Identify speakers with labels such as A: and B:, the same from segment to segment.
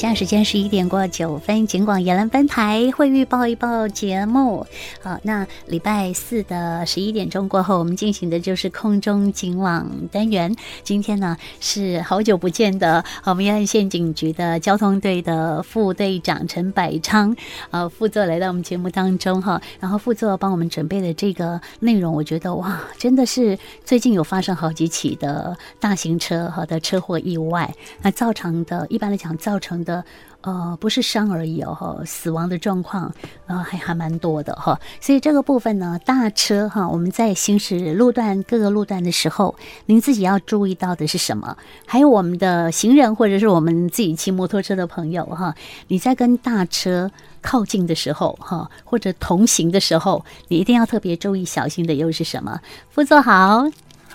A: 现在时间十一点过九分，尽管延兰分台会预报一报节目。好、那礼拜四的十一点钟过后，我们进行的就是空中警网单元。今天呢是好久不见的我们延安县警局的交通队的副队长陈百昌，呃，副座来到我们节目当中哈。然后副座帮我们准备的这个内容，我觉得哇，真的是最近有发生好几起的大型车哈的车祸意外。那造成的，一般来讲造成的，呃，不是伤而已哦，哈死亡的状况，呃，还还蛮多的哈、所以这个部分呢，大车哈，我们在行驶路段各个路段的时候，您自己要注意到的是什么？还有我们的行人或者是我们自己骑摩托车的朋友哈，你在跟大车靠近的时候哈，或者同行的时候，你一定要特别注意小心的又是什么？副座好，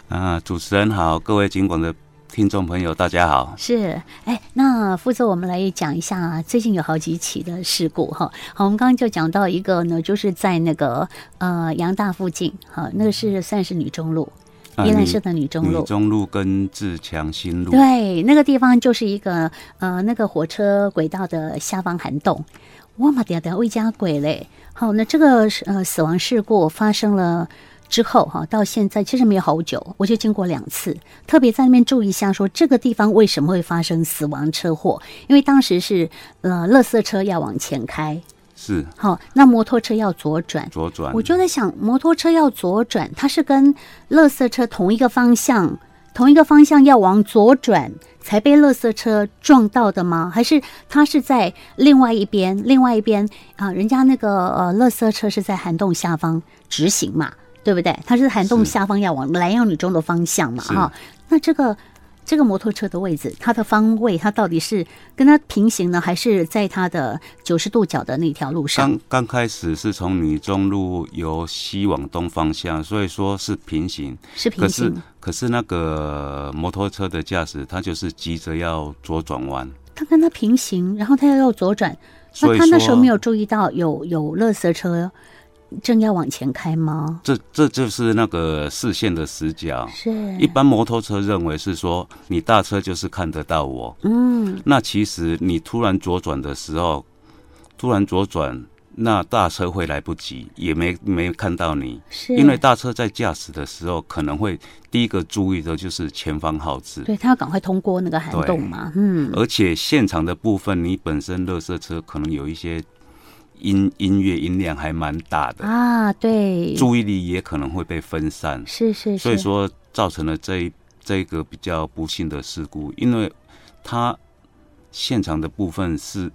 B: 啊，主持人好，各位警广的听众朋友，大家好。
A: 是，哎，那副座，我们来讲一下、啊最近有好几起的事故哈。好，我们刚刚就讲到一个呢，就是在那个呃杨大附近，哈，那个是算是女中路，
B: 嗯啊
A: 宜兰
B: 女
A: 市的女中
B: 女
A: 路。
B: 中路跟自强新路，
A: 对，那个地方就是一个呃，那个火车轨道的下方涵洞，哇嘛嗲嗲未加轨嘞。好，那这个是呃死亡事故发生了之后哈，到现在其实没有好久，我就经过两次，特别在那边注意一下说，这个地方为什么会发生死亡车祸？因为当时是呃，垃圾车要往前开，
B: 是
A: 好，那摩托车要左转。
B: 左转。
A: 我就在想，摩托车要左转，它是跟垃圾车同一个方向，同一个方向要往左转才被垃圾车撞到的吗？还是它是在另外一边？另外一边啊、人家那个呃，垃圾车是在涵洞下方直行嘛，对不对？它是涵洞
B: 是
A: 下方要往南阳女中的方向嘛，
B: 是
A: 哈、那这个。这个摩托车的位置，它的方位，它到底是跟它平行呢，还是在它的九十度角的那条路上？
B: 刚刚开始是从女中路由西往东方向，所以说是平行。
A: 是平
B: 可是
A: 行？
B: 可是那个摩托车的驾驶，他就是急着要左转弯，
A: 他跟他平行，然后他又要左转，
B: 所
A: 那
B: 以
A: 他
B: 说
A: 那时候没有注意到有有垃圾车正要往前开吗？
B: 这这就是那个视线的死角。
A: 是，
B: 一般摩托车认为是说，你大车就是看得到我，
A: 嗯，
B: 那其实你突然左转的时候，突然左转，那大车会来不及，也没没看到你，
A: 是，
B: 因为大车在驾驶的时候，可能会第一个注意的就是前方号志，
A: 对他要赶快通过那个涵洞嘛，嗯，
B: 而且现场的部分，你本身垃圾车可能有一些音音乐音量还蛮大的，
A: 啊，对，
B: 注意力也可能会被分散，
A: 是是
B: 所以
A: 是，
B: 说造成了这一这一个比较不幸的事故，因为它现场的部分是，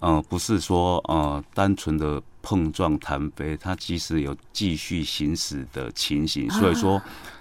B: 呃，不是说呃单纯的碰撞弹飞，它其实有继续行驶的情形，
A: 啊
B: 所以说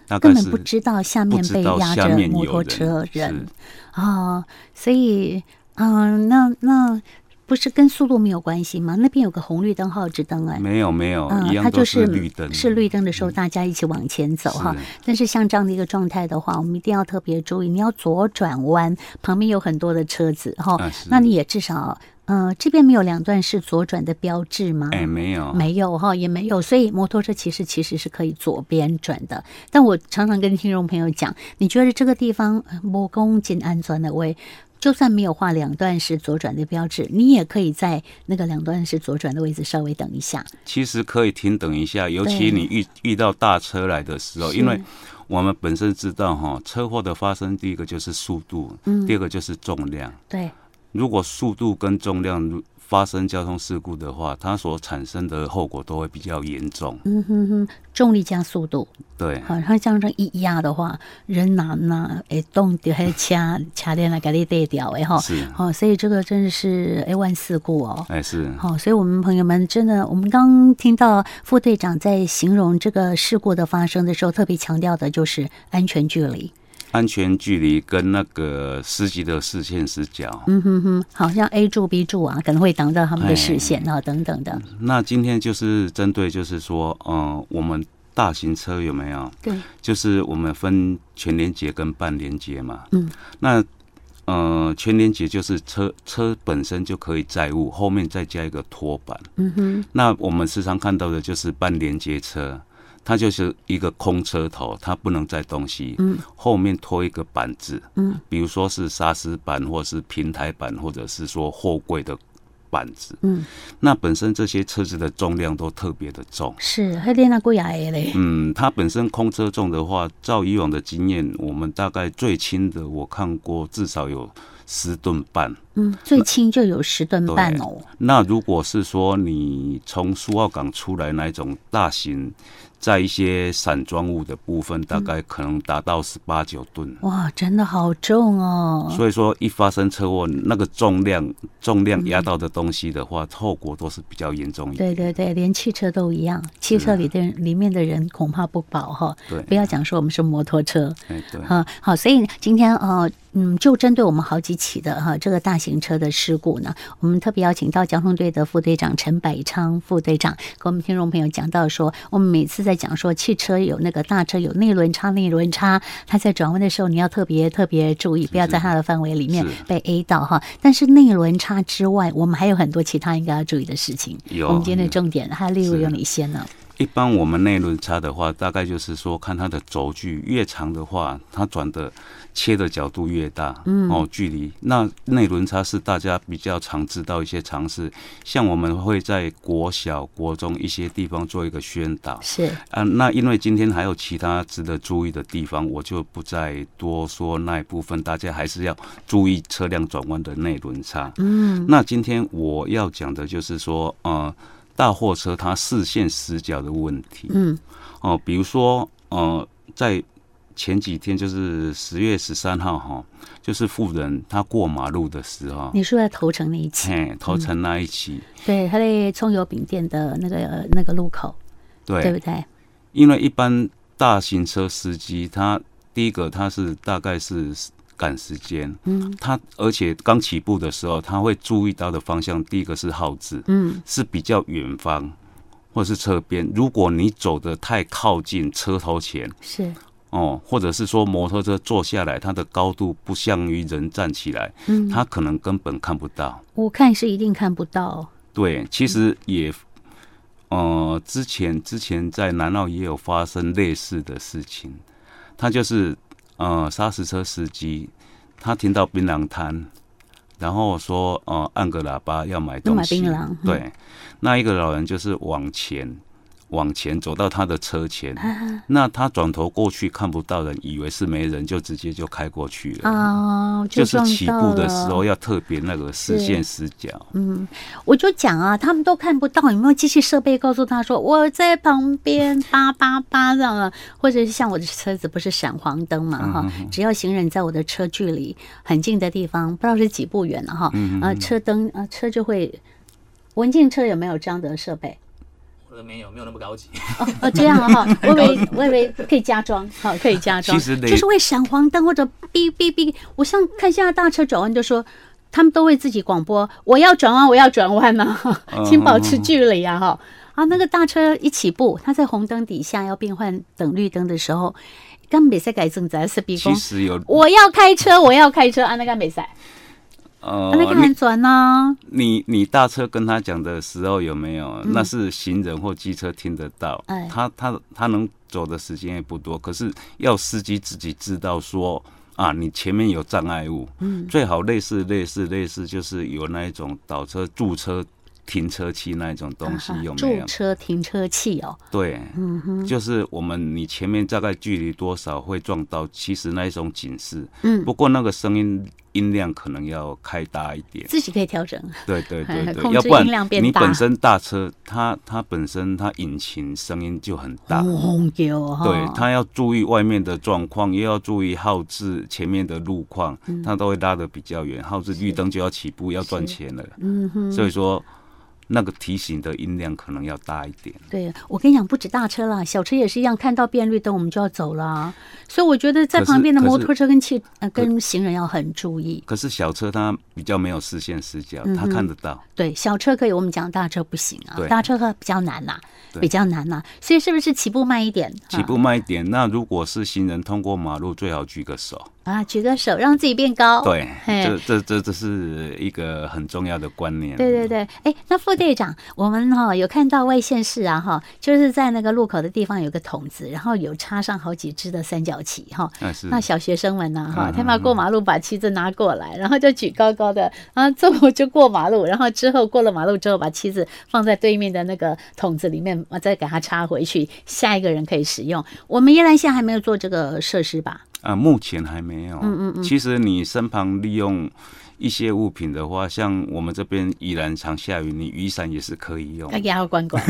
B: 大概
A: 根本
B: 是
A: 不知道下面
B: 不知
A: 被
B: 道
A: 压
B: 下
A: 着
B: 面
A: 摩
B: 有
A: 托
B: 人
A: 车
B: 是
A: 人啊，所以，嗯，那那不是跟速度没有关系吗？那边有个红绿灯号志灯，哎，
B: 没有没有、一
A: 嗯，
B: 样
A: 它
B: 都
A: 就是
B: 绿灯，嗯
A: 是绿灯的时候，大家一起往前走哈。但是像这样的一个状态的话，我们一定要特别注意，你要左转弯，旁边有很多的车子哈、
B: 啊是
A: 哦那你也至少，呃，这边没有两段是左转的标志吗？
B: 哎、没有
A: 没有哈，也没有，所以摩托车其实其实是可以左边转的。但我常常跟听众朋友讲，你觉得这个地方摩公进安全的位，就算没有画两段式左转的标志，你也可以在那个两段式左转的位置稍微等一下。
B: 其实可以停等一下，尤
A: 对
B: 其你遇遇到大车来的时候，
A: 是
B: 因为我们本身知道哈，车祸的发生，第一个就是速度，
A: 嗯
B: 第二个就是重量。
A: 对，
B: 如果速度跟重量发生交通事故的话，它所产生的后果都会比较严重。
A: 嗯哼哼，重力加速度。
B: 对，
A: 好，它这样这样一压的话，人难呐，哎，动掉还 掐掐链来给你带掉哎哈，
B: 是，
A: 好、所以这个真的是哎万事故哦。
B: 哎是，
A: 好、所以我们朋友们真的，我们刚听到副队长在形容这个事故的发生的时候，特别强调的就是安全距离。
B: 安全距离跟那个司机的视线死角。
A: 嗯哼哼，好像 A 柱 B 柱啊，可能会挡到他们的视线
B: 嗯
A: 啊、等等的。
B: 那今天就是针对，就是说，嗯，我们大型车有没有？
A: 对，
B: 就是我们分全连结跟半连结嘛。
A: 嗯，
B: 那呃，全连结就是车车本身就可以载物，后面再加一个拖板。
A: 嗯哼，
B: 那我们时常看到的就是半连接车，它就是一个空车头，它不能载东西，
A: 嗯，
B: 后面拖一个板子，
A: 嗯，
B: 比如说是砂石板，或是平台板，或者是说货柜的板子，
A: 嗯，
B: 那本身这些车子的重量都特别的重。
A: 是，还练那过牙的嘞，
B: 嗯，它本身空车重的话，照以往的经验，我们大概最轻的我看过至少有十吨半。
A: 嗯，最轻就有十吨半哦，
B: 那如果是说你从苏澳港出来那一种大型，在一些散装物的部分，大概可能达到十八九吨。
A: 哇，真的好重哦，
B: 所以说，一发生车祸，那个重量重量压到的东西的话，后果都是比较严重一点。
A: 对对对，连汽车都一样，汽车里的人、里面的人恐怕不保哈，
B: 对
A: 不要讲说我们是摩托车，
B: 哎对，
A: 哈、好，所以今天呃，嗯，就针对我们好几起的哈、这个大型车的事故呢，我们特别邀请到交通队的副队长陈百昌副队长，跟我们听众朋友讲到说，我们每次在讲说汽车有那个大车有内轮差、内轮差，它在转弯的时候你要特别特别注意，不要在它的范围里面
B: 是
A: 被 A 到哈。但是内轮差之外，我们还有很多其他应该要注意的事情。
B: 有
A: 我们今天的重点，它例如有哪些呢？
B: 一般我们内轮差的话，大概就是说看它的轴距越长的话，它转的切的角度越大，嗯，哦，距离。那内轮差是大家比较常知道一些常识，像我们会在国小、国中一些地方做一个宣导
A: 是，
B: 啊。那因为今天还有其他值得注意的地方，我就不再多说那一部分，大家还是要注意车辆转弯的内轮差。
A: 嗯，
B: 那今天我要讲的就是说，呃，大货车它视线死角的问题。
A: 嗯，
B: 哦、比如说，呃，在前几天就是十月十三号哈，就是富人他过马路的时候，
A: 你说在头城那一起。
B: 嘿，头城那一起，
A: 对，他在葱油饼店的那个那个路口，对不
B: 对，
A: 对？
B: 因为一般大型车司机他第一个他是大概是。赶时间，
A: 嗯
B: 他而且刚起步的时候，他会注意到的方向，第一个是号志，
A: 嗯，
B: 是比较远方或是侧边。如果你走得太靠近车头前
A: 是，
B: 哦，或者是说摩托车坐下来，它的高度不像于人站起来，
A: 嗯，
B: 它可能根本看不到。
A: 我看是一定看不到，
B: 对，其
A: 嗯
B: 实也。呃，之前之前在南澳也有发生类似的事情，他就是呃砂石车司机，他停到槟榔摊，然后说呃按个喇叭要买
A: 要
B: 东
A: 买
B: 西，
A: 槟榔，嗯
B: 对，那一个老人就是往前往前走到他的车前，
A: 啊
B: 那他转头过去看不到人，以为是没人，就直接就开过去了。
A: 啊，
B: 就是
A: 撞
B: 起
A: 到
B: 步的
A: 了
B: 时候，要特别那个视线死角，
A: 嗯，我就讲啊，他们都看不到，有没有机器设备告诉他说我在旁边叭叭叭这样啊？或者是像我的车子不是闪黄灯嘛
B: 嗯
A: 哈，只要行人在我的车距离很近的地方，不知道是几步远了哈，
B: 嗯
A: 呃，车灯呃车就会。文静车有没有这样的设备？
C: 我的没有，没有那么高级。
A: 哦，这样啊哈， 我以为我以为可以加装，好，可以加装，
B: 其实得
A: 就是会闪黄灯或者哔哔哔。我像看现在大车转弯就说，他们都会自己广播，我要转弯，我要转弯呐、啊，
B: 嗯
A: 请保持距离啊哈。啊，那个大车一起步，它在红灯底下要变换等绿灯的时候，根本没在改正在是比
B: 其
A: 公，
B: 实有
A: 我要开车，我要开车，啊，那个没在，啊，
B: 呃，
A: 那个很哦转呐、
B: 你你大车跟他讲的时候有没有？那是行人或机车听得到，
A: 嗯哎
B: 他他他能走的时间也不多，可是要司机自己知道说啊，你前面有障碍物，嗯，最好类似类似类似，就是有那一种倒车驻车。停车器那一种东西有没有？
A: 啊驻车停车器哦，
B: 对，就是我们你前面大概距离多少会撞到，其实那一种警示。
A: 嗯
B: 不过那个声音音量可能要开大一点。
A: 自己可以调整，
B: 对对对
A: 控
B: 对，
A: 制
B: 要不然
A: 音量变
B: 你
A: 大
B: 本身大车，它它本身它引擎声音就很大，
A: 轰轰叫哦哈，
B: 对，它要注意外面的状况，又要注意号志前面的路况，
A: 嗯
B: 它都会拉得比较远。号志绿灯就要起步，要赚钱了，
A: 嗯哼。
B: 所以说那个提醒的音量可能要大一点。
A: 对，我跟你讲，不止大车啦，小车也是一样，看到变绿灯我们就要走啦。所以我觉得在
B: 可是
A: 旁边的
B: 可
A: 摩
B: 是
A: 托车跟汽呃跟行人要很注意。
B: 可是小车它比较没有视线死角，
A: 嗯
B: 它看得到。
A: 对，小车可以，我们讲大车不行啊
B: 对，
A: 大车比较难呐、
B: 对
A: 比较难呐、所以是不是起步慢一点？
B: 起
A: 啊
B: 步慢一点，那如果是行人通过马路，最好举个手。
A: 啊，举个手让自己变高。
B: 对，
A: 哦嘿
B: 这这这这是一个很重要的观念。
A: 对对对，哎，那副队长，我们哈、有看到外县市啊哈、就是在那个路口的地方有个筒子，然后有插上好几只的三角旗哈、
B: 那哎是
A: 那小学生们呢、哈，
B: 嗯
A: 他们要过马路，把旗子拿过来，然后就举高高的，然后中午就过马路，然后之后过了马路之后，把旗子放在对面的那个桶子里面，再给它插回去，下一个人可以使用。我们宜兰县还没有做这个设施吧？
B: 啊，目前还没有。
A: 嗯嗯嗯
B: 其实你身旁利用一些物品的话，像我们这边依然常下雨，你雨伞也是可以用
A: 那。给它关关，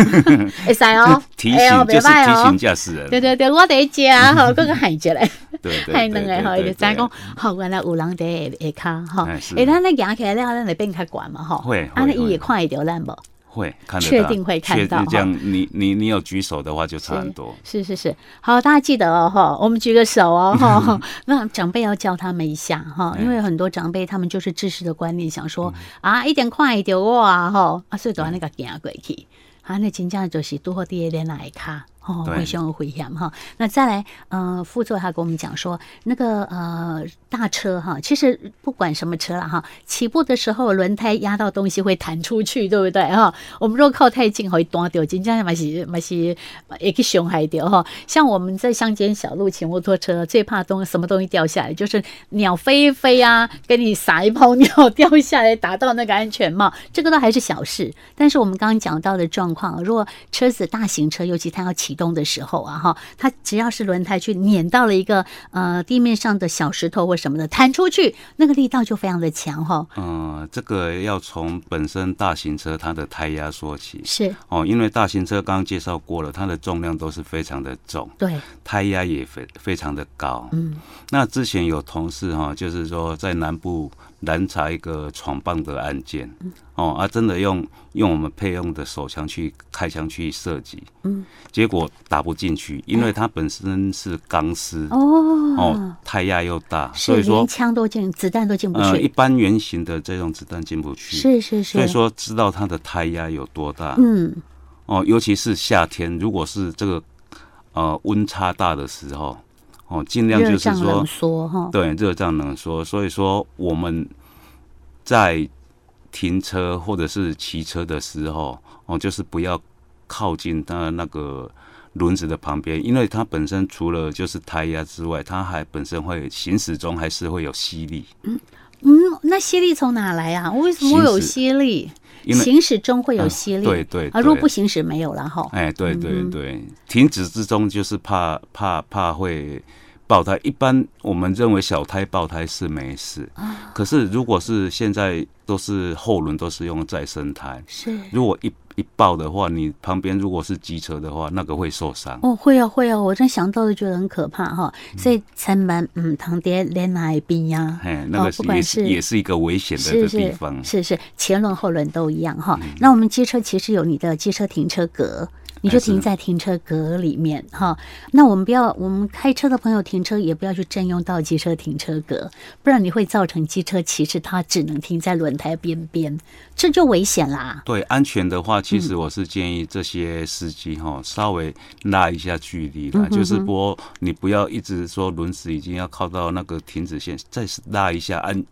A: 哎塞哦，
B: 提
A: 哎
B: 醒
A: 呦
B: 就是
A: 不错
B: 提
A: 哦
B: 醒驾 驶人，
A: 对对对，我得接啊，吼，这个喊起来。
B: 对对，
A: 太能诶吼，伊就知
B: 再
A: 讲，吼，原来有人伫下骹吼，
B: 哎是
A: 诶，咱咧行起来了，咱就变较悬嘛吼，
B: 会
A: 啊，那
B: 会
A: 伊
B: 会
A: 也看会着咱无？
B: 会看得到，
A: 确定会看
B: 确
A: 到
B: 这样
A: 哈
B: 你你你有举手的话就差很多。
A: 是是是，好，大家记得哦哈，我们举个手哦哈，那长辈要教他们一下哈，因为很多长辈他们就是知识的观念，想说啊，一点看会着我啊吼，啊，所以就安尼甲行过去，啊，那真正就是拄好伫咧哪一骹。哦，
B: 对
A: 会伤有危险哈。那再来，呃，副座他跟我们讲说，那个呃大车哈，其实不管什么车了哈，起步的时候轮胎压到东西会弹出去，对不对哈？我们若靠太近，会断掉，真正嘛是嘛是也去伤害掉哈。像我们在乡间小路骑摩托车，最怕东什么东西掉下来，就是鸟飞一飞啊，给你撒一泡尿掉下来，打到那个安全帽，这个都还是小事。但是我们刚刚讲到的状况，如果车子大型车，尤其它要启动的时候啊，哈，它只要是轮胎去碾到了一个呃地面上的小石头或什么的，弹出去，那个力道就非常的强哈、
B: 嗯、这个要从本身大型车它的胎压说起
A: 是
B: 哦，因为大型车刚刚介绍过了，它的重量都是非常的重，
A: 对，
B: 胎压也非非常的高。
A: 嗯，
B: 那之前有同事哈、就是说在南部拦查一个闯棒的案件，
A: 嗯
B: 哦啊，真的用用我们配用的手枪去开枪去射击，
A: 嗯，
B: 结果打不进去，因为它本身是钢丝，
A: 哦，
B: 哦，胎压又大，所
A: 是
B: 以说
A: 连枪都进，子弹都进不
B: 呃，一
A: 去，
B: 般圆形的这种子弹进不去，
A: 是是是，
B: 所以说知道它的胎压有多大、
A: 嗯。
B: 哦，尤其是夏天，如果是这个呃温差大的时候，哦，尽量
A: 热
B: 就
A: 胀
B: 是
A: 冷
B: 说
A: 缩哈，
B: 对热胀冷缩，所以说我们在停车或者是骑车的时候，哦，就是不要靠近它那个。轮子的旁边，因为它本身除了就是胎压之外，它还本身会行驶中还是会有吸力，
A: 嗯，那吸力从哪来啊？为什么会有
B: 行驶
A: 吸力？
B: 因为嗯
A: 行驶中会有吸力，
B: 对对
A: 啊，如果
B: 对
A: 不行驶没有了哈。
B: 哎，对
A: 嗯
B: 对对，停止之中就是怕怕怕会爆胎。一般我们认为小胎爆胎是没事，
A: 啊
B: 可是如果是现在都是后轮都是用再生胎，
A: 是
B: 如果一一爆的话，你旁边如果是机车的话，那个会受伤。
A: 哦，会哦，会哦，我真想到就觉得很可怕哈。所以千万嗯，堂爹连来冰呀。
B: 哎，那
A: 哦
B: 个
A: 不
B: 是
A: 管
B: 也
A: 是
B: 也是一个危险的
A: 是
B: 的
A: 是
B: 地方。嗯
A: 是是，前轮后轮都一样哈。那我们机车其实有你的机车停车格，你就
B: 哎是
A: 停在停车格里面哈。那我们不要，我们开车的朋友停车也不要去占用到机车停车格，不然你会造成机车其实它只能停在轮胎边边，这就危险啦。
B: 对安全的话，其实我是建议这些司机哈、稍微拉一下距离啦，就是说你不要一直说轮子已经要靠到那个停止线，再拉一下安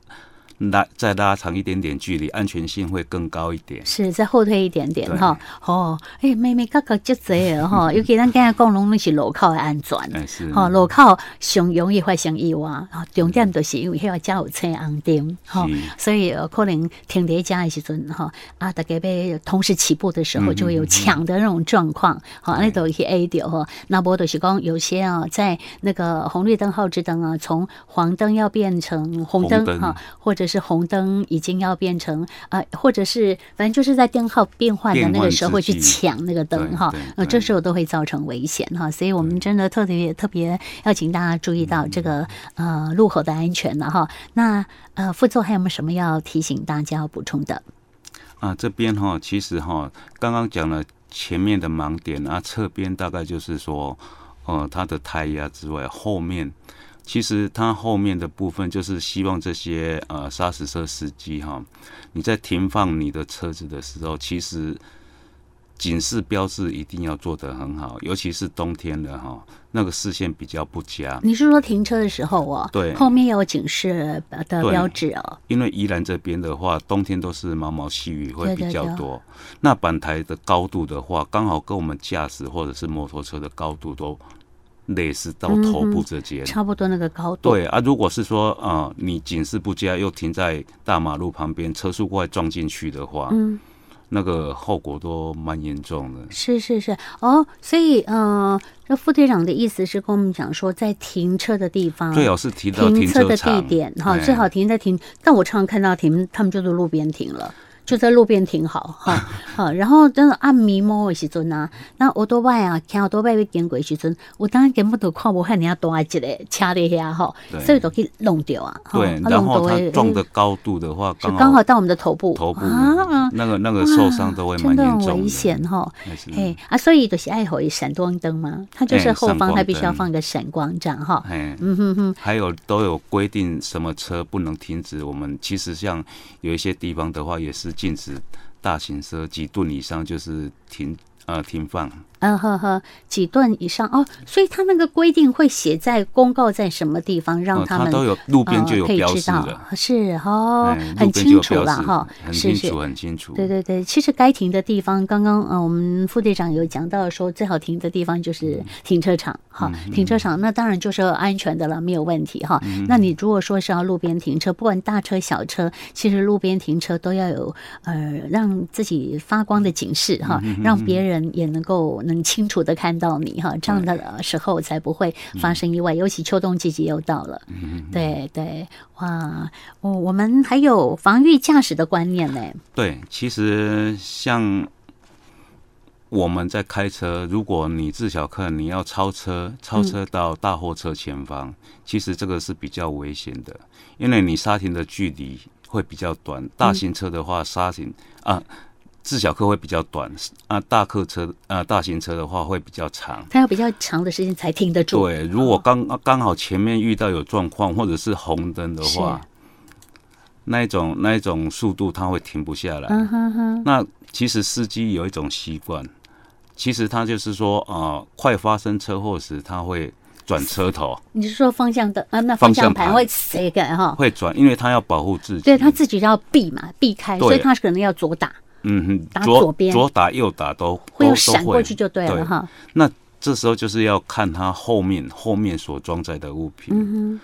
B: 拉再拉长一点点距离，安全性会更高一点。
A: 是再后退一点点
B: 对
A: 哈。哦，哎、妹妹哥哥就这样哈，哦尤其咱刚才讲拢拢是路口的安全。
B: 哎，是
A: 吼、路口上容易发生意外，吼、重点就是因为迄个遮有青红灯，吼、
B: 是
A: 所以、呃、可能停伫遮的时阵，吼、啊，大家要同时起步的时
B: 嗯
A: 候，就会有抢的那种状况，吼、安尼都去 A 掉吼。那无就是讲有些啊，在那个红绿灯、号志灯啊，从黄灯要变成红灯
B: 红灯
A: 哈、或者是红灯已经要变成呃，或者是反正就是在灯号变换的那
B: 变
A: 个
B: 换
A: 时候
B: 之
A: 去
B: 际
A: 抢那个灯
B: 对
A: 哈
B: 对，
A: 呃，这
B: 对
A: 时候都会造成危险哈，所以我们真的特别特别要请大家注意
B: 嗯
A: 到这个呃路口的安全了哈。那呃，副座还有没有什么要提醒大家要补充的？
B: 啊，这边哈、其实哈、刚刚讲了前面的盲点啊，侧边大概就是说，呃，它的胎压之外，后面其实它后面的部分就是希望这些呃砂石车司机哈、你在停放你的车子的时候，其实警示标志一定要做得很好，尤其是冬天的哈，那个视线比较不佳，
A: 你是说停车的时候哦？
B: 对
A: 后面有警示的标志哦。
B: 因为宜兰这边的话，冬天都是毛毛细雨会
A: 对对
B: 比较
A: 对
B: 多。那板台的高度的话，刚好跟我们驾驶或者是摩托车的高度都类似到头部这间。
A: 差不多那个高度，
B: 对啊，如果是说啊、呃你警示不佳，又停在大马路旁边，车速快撞进去的话，
A: 嗯，
B: 那个后果都蛮严重的。
A: 是是是，哦，所以呃，这副队长的意思是跟我们讲说，在停车的地方，
B: 最好是提到
A: 啊停
B: 车
A: 的地
B: 场
A: 点哈，
B: 哎
A: 最好停在停。但我常常看到停，他们就在路边停了。就在路边停好哈， 好，然后等暗暝摸的时阵啊，那我多拜啊，看我多拜要经过的时阵，我当然根本都看不看人家大一个车在遐吼，
B: 对
A: 所以都去弄掉啊，哈
B: 对，
A: 啊
B: 然
A: 弄
B: 后
A: 到
B: 它
A: 的
B: 撞的高度的话，
A: 就
B: 刚
A: 刚
B: 好
A: 好到我们的头部
B: 头部
A: 啊，
B: 那个那个受伤都会
A: 真
B: 蛮
A: 的
B: 严
A: 很
B: 重
A: 危
B: 的，
A: 险哈。
B: 还是
A: 哎啊，所以就是爱好一闪光灯嘛，它就是
B: 哎
A: 后
B: 闪
A: 方它
B: 光
A: 必须要
B: 灯
A: 放个闪光这样哈。
B: 哎，
A: 嗯哼哼，
B: 还有都有规定什么车不能停止。我们其实像有一些地方的话，也是禁止大型车几吨以上就是停呃停放。
A: 嗯呵呵，几吨以上哦，所以他那个规定会写在公告在什么地方，让
B: 呃
A: 他
B: 它
A: 们、
B: 都有路边就有
A: 呃可以
B: 标
A: 知
B: 示
A: 道
B: 的，，
A: 是哦
B: 哎，
A: 很
B: 路边就
A: 清
B: 有
A: 楚
B: 标
A: 了
B: 示
A: 哈，
B: 很
A: 是
B: 清
A: 是
B: 楚，。很啊清楚。
A: 对对对，其实该停的地方，刚刚呃，我们副队长有讲到说，最好停的地方就是停车场哈，停车场那当然就是安全的了，没有问题哈。那你如果说是要路边停车，不管大车小车，其实路边停车都要有呃让自己发光的警示哈，让别人也能够能清楚的看到你哈，这样的呃时候才不会发生意外，尤其秋冬季节又到了，对对，哇，我我们还有防御驾驶的观念呢。
B: 对，其实像我们在开车，如果你自小看你要超车，超车到大货车前方，其实这个是比较危险的，因为你刹停的距离会比较短。大型车的话，刹停啊。自小客会比较短啊，大客车啊，大型车的话会比较长。
A: 它要比较长的时间才停得住。
B: 对，如果刚刚好前面遇到有状况或者是红灯的话，那一种那一种速度它会停不下来。
A: 嗯哼哼，
B: 那其实司机有一种习惯，其实他就是说，呃，快发生车祸时，他会转车头，
A: 你是说方向灯啊？那
B: 方
A: 方向
B: 向
A: 盘
B: 盘
A: 会谁给哈？
B: 会转，因为他要保护自己。
A: 对他自己要避嘛，避开，
B: 对
A: 所以他可能要左打，
B: 嗯
A: 打
B: 哼，左
A: 左边
B: 左打右打都
A: 会
B: 都
A: 有
B: 都
A: 闪过去就对了
B: 对
A: 哈。
B: 那这时候就是要看他后面后面所装载的物品。
A: 嗯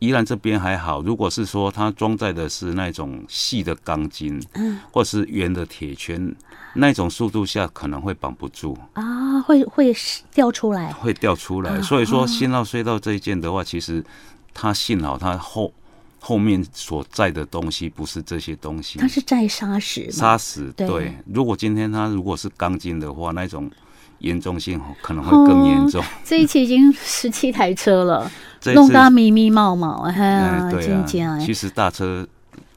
B: 宜兰这边还好，如果是说它装载的是那种细的钢筋，嗯，或是圆的铁圈，那种速度下可能会绑不住。
A: 哼，啊，会会掉出来，
B: 会掉出
A: 啊
B: 来。所以
A: 嗯
B: 说，信号隧道这一件的话，其实它幸好它后后面所在的东西不是这些东西
A: 它，是在砂石嘛，
B: 砂石。
A: 对
B: 对，如果今天它如果是钢筋的话，那种严重性可能会
A: 哦
B: 更严重。
A: 这一期已经十七台车了，
B: 这一
A: 弄
B: 次
A: 得迷迷冒冒，哎
B: 哎
A: 呀，
B: 对
A: 真
B: 啊
A: 惊哎，
B: 其实大车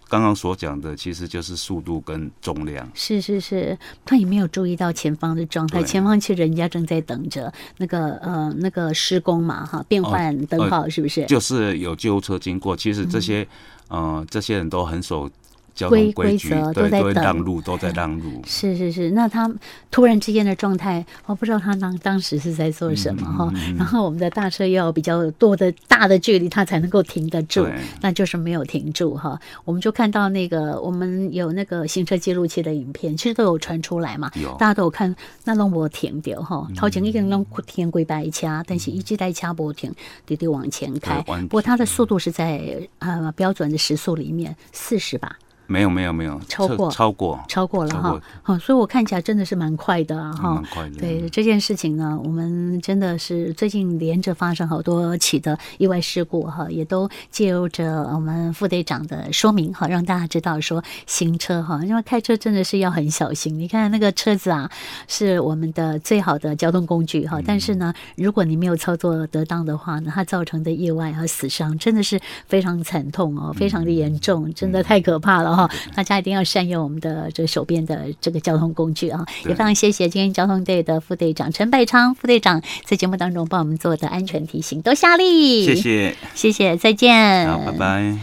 B: 刚刚所讲的，其实就是速度跟重量。
A: 是是是，他也没有注意到前方的状态，
B: 对
A: 前方其实人家正在等着那个呃那个施工嘛哈，变
B: 哦
A: 换灯
B: 呃
A: 泡是不是？
B: 就是有救护车经过，其实这些，嗯、这些人都很守交
A: 规
B: 通规矩
A: 规则，都
B: 对，
A: 在
B: 都会
A: 等
B: 让路，都在让路。
A: 是是是，那他突然之间的状态，我不知道他当当时是在做什么哈、然后我们的大车要有比较多的大的距离，他才能够停得住
B: 对，
A: 那就是没有停住哈。我们就看到那个我们有那个行车记录器的影片，其实都有传出来嘛，
B: 有
A: 大家都有看，那拢无停掉哈。头前已经拢停几台车，但是一直台车无停，直直往前开。
B: 对完
A: 不过它的速度是在呃标准的时速里面四十吧。
B: 没有没有没有，
A: 超
B: 这
A: 过
B: 超过
A: 超过了
B: 超
A: 哈
B: 过，嗯
A: 好、所以我看起来真的是蛮快的啊哈、
B: 蛮快的
A: 对这件事情呢，我们真的是最近连着发生好多起的意外事故哈，也都借由着我们副队长的说明哈，让大家知道说行车哈，因为开车真的是要很小心。你看那个车子啊，是我们的最好的交通工具
B: 嗯
A: 哈，但是呢，如果你没有操作得当的话呢，它造成的意外和死伤真的是非常惨痛
B: 嗯
A: 哦，非常的严重，真的太可怕了哈、大家一定要善用我们的这个手边的这个交通工具啊，也
B: 对
A: 非常谢谢今天交通队的副队长陈百昌副队长在节目当中帮我们做的安全提醒，多下力，
B: 谢，谢，
A: 谢谢，再见，
B: 好，拜拜。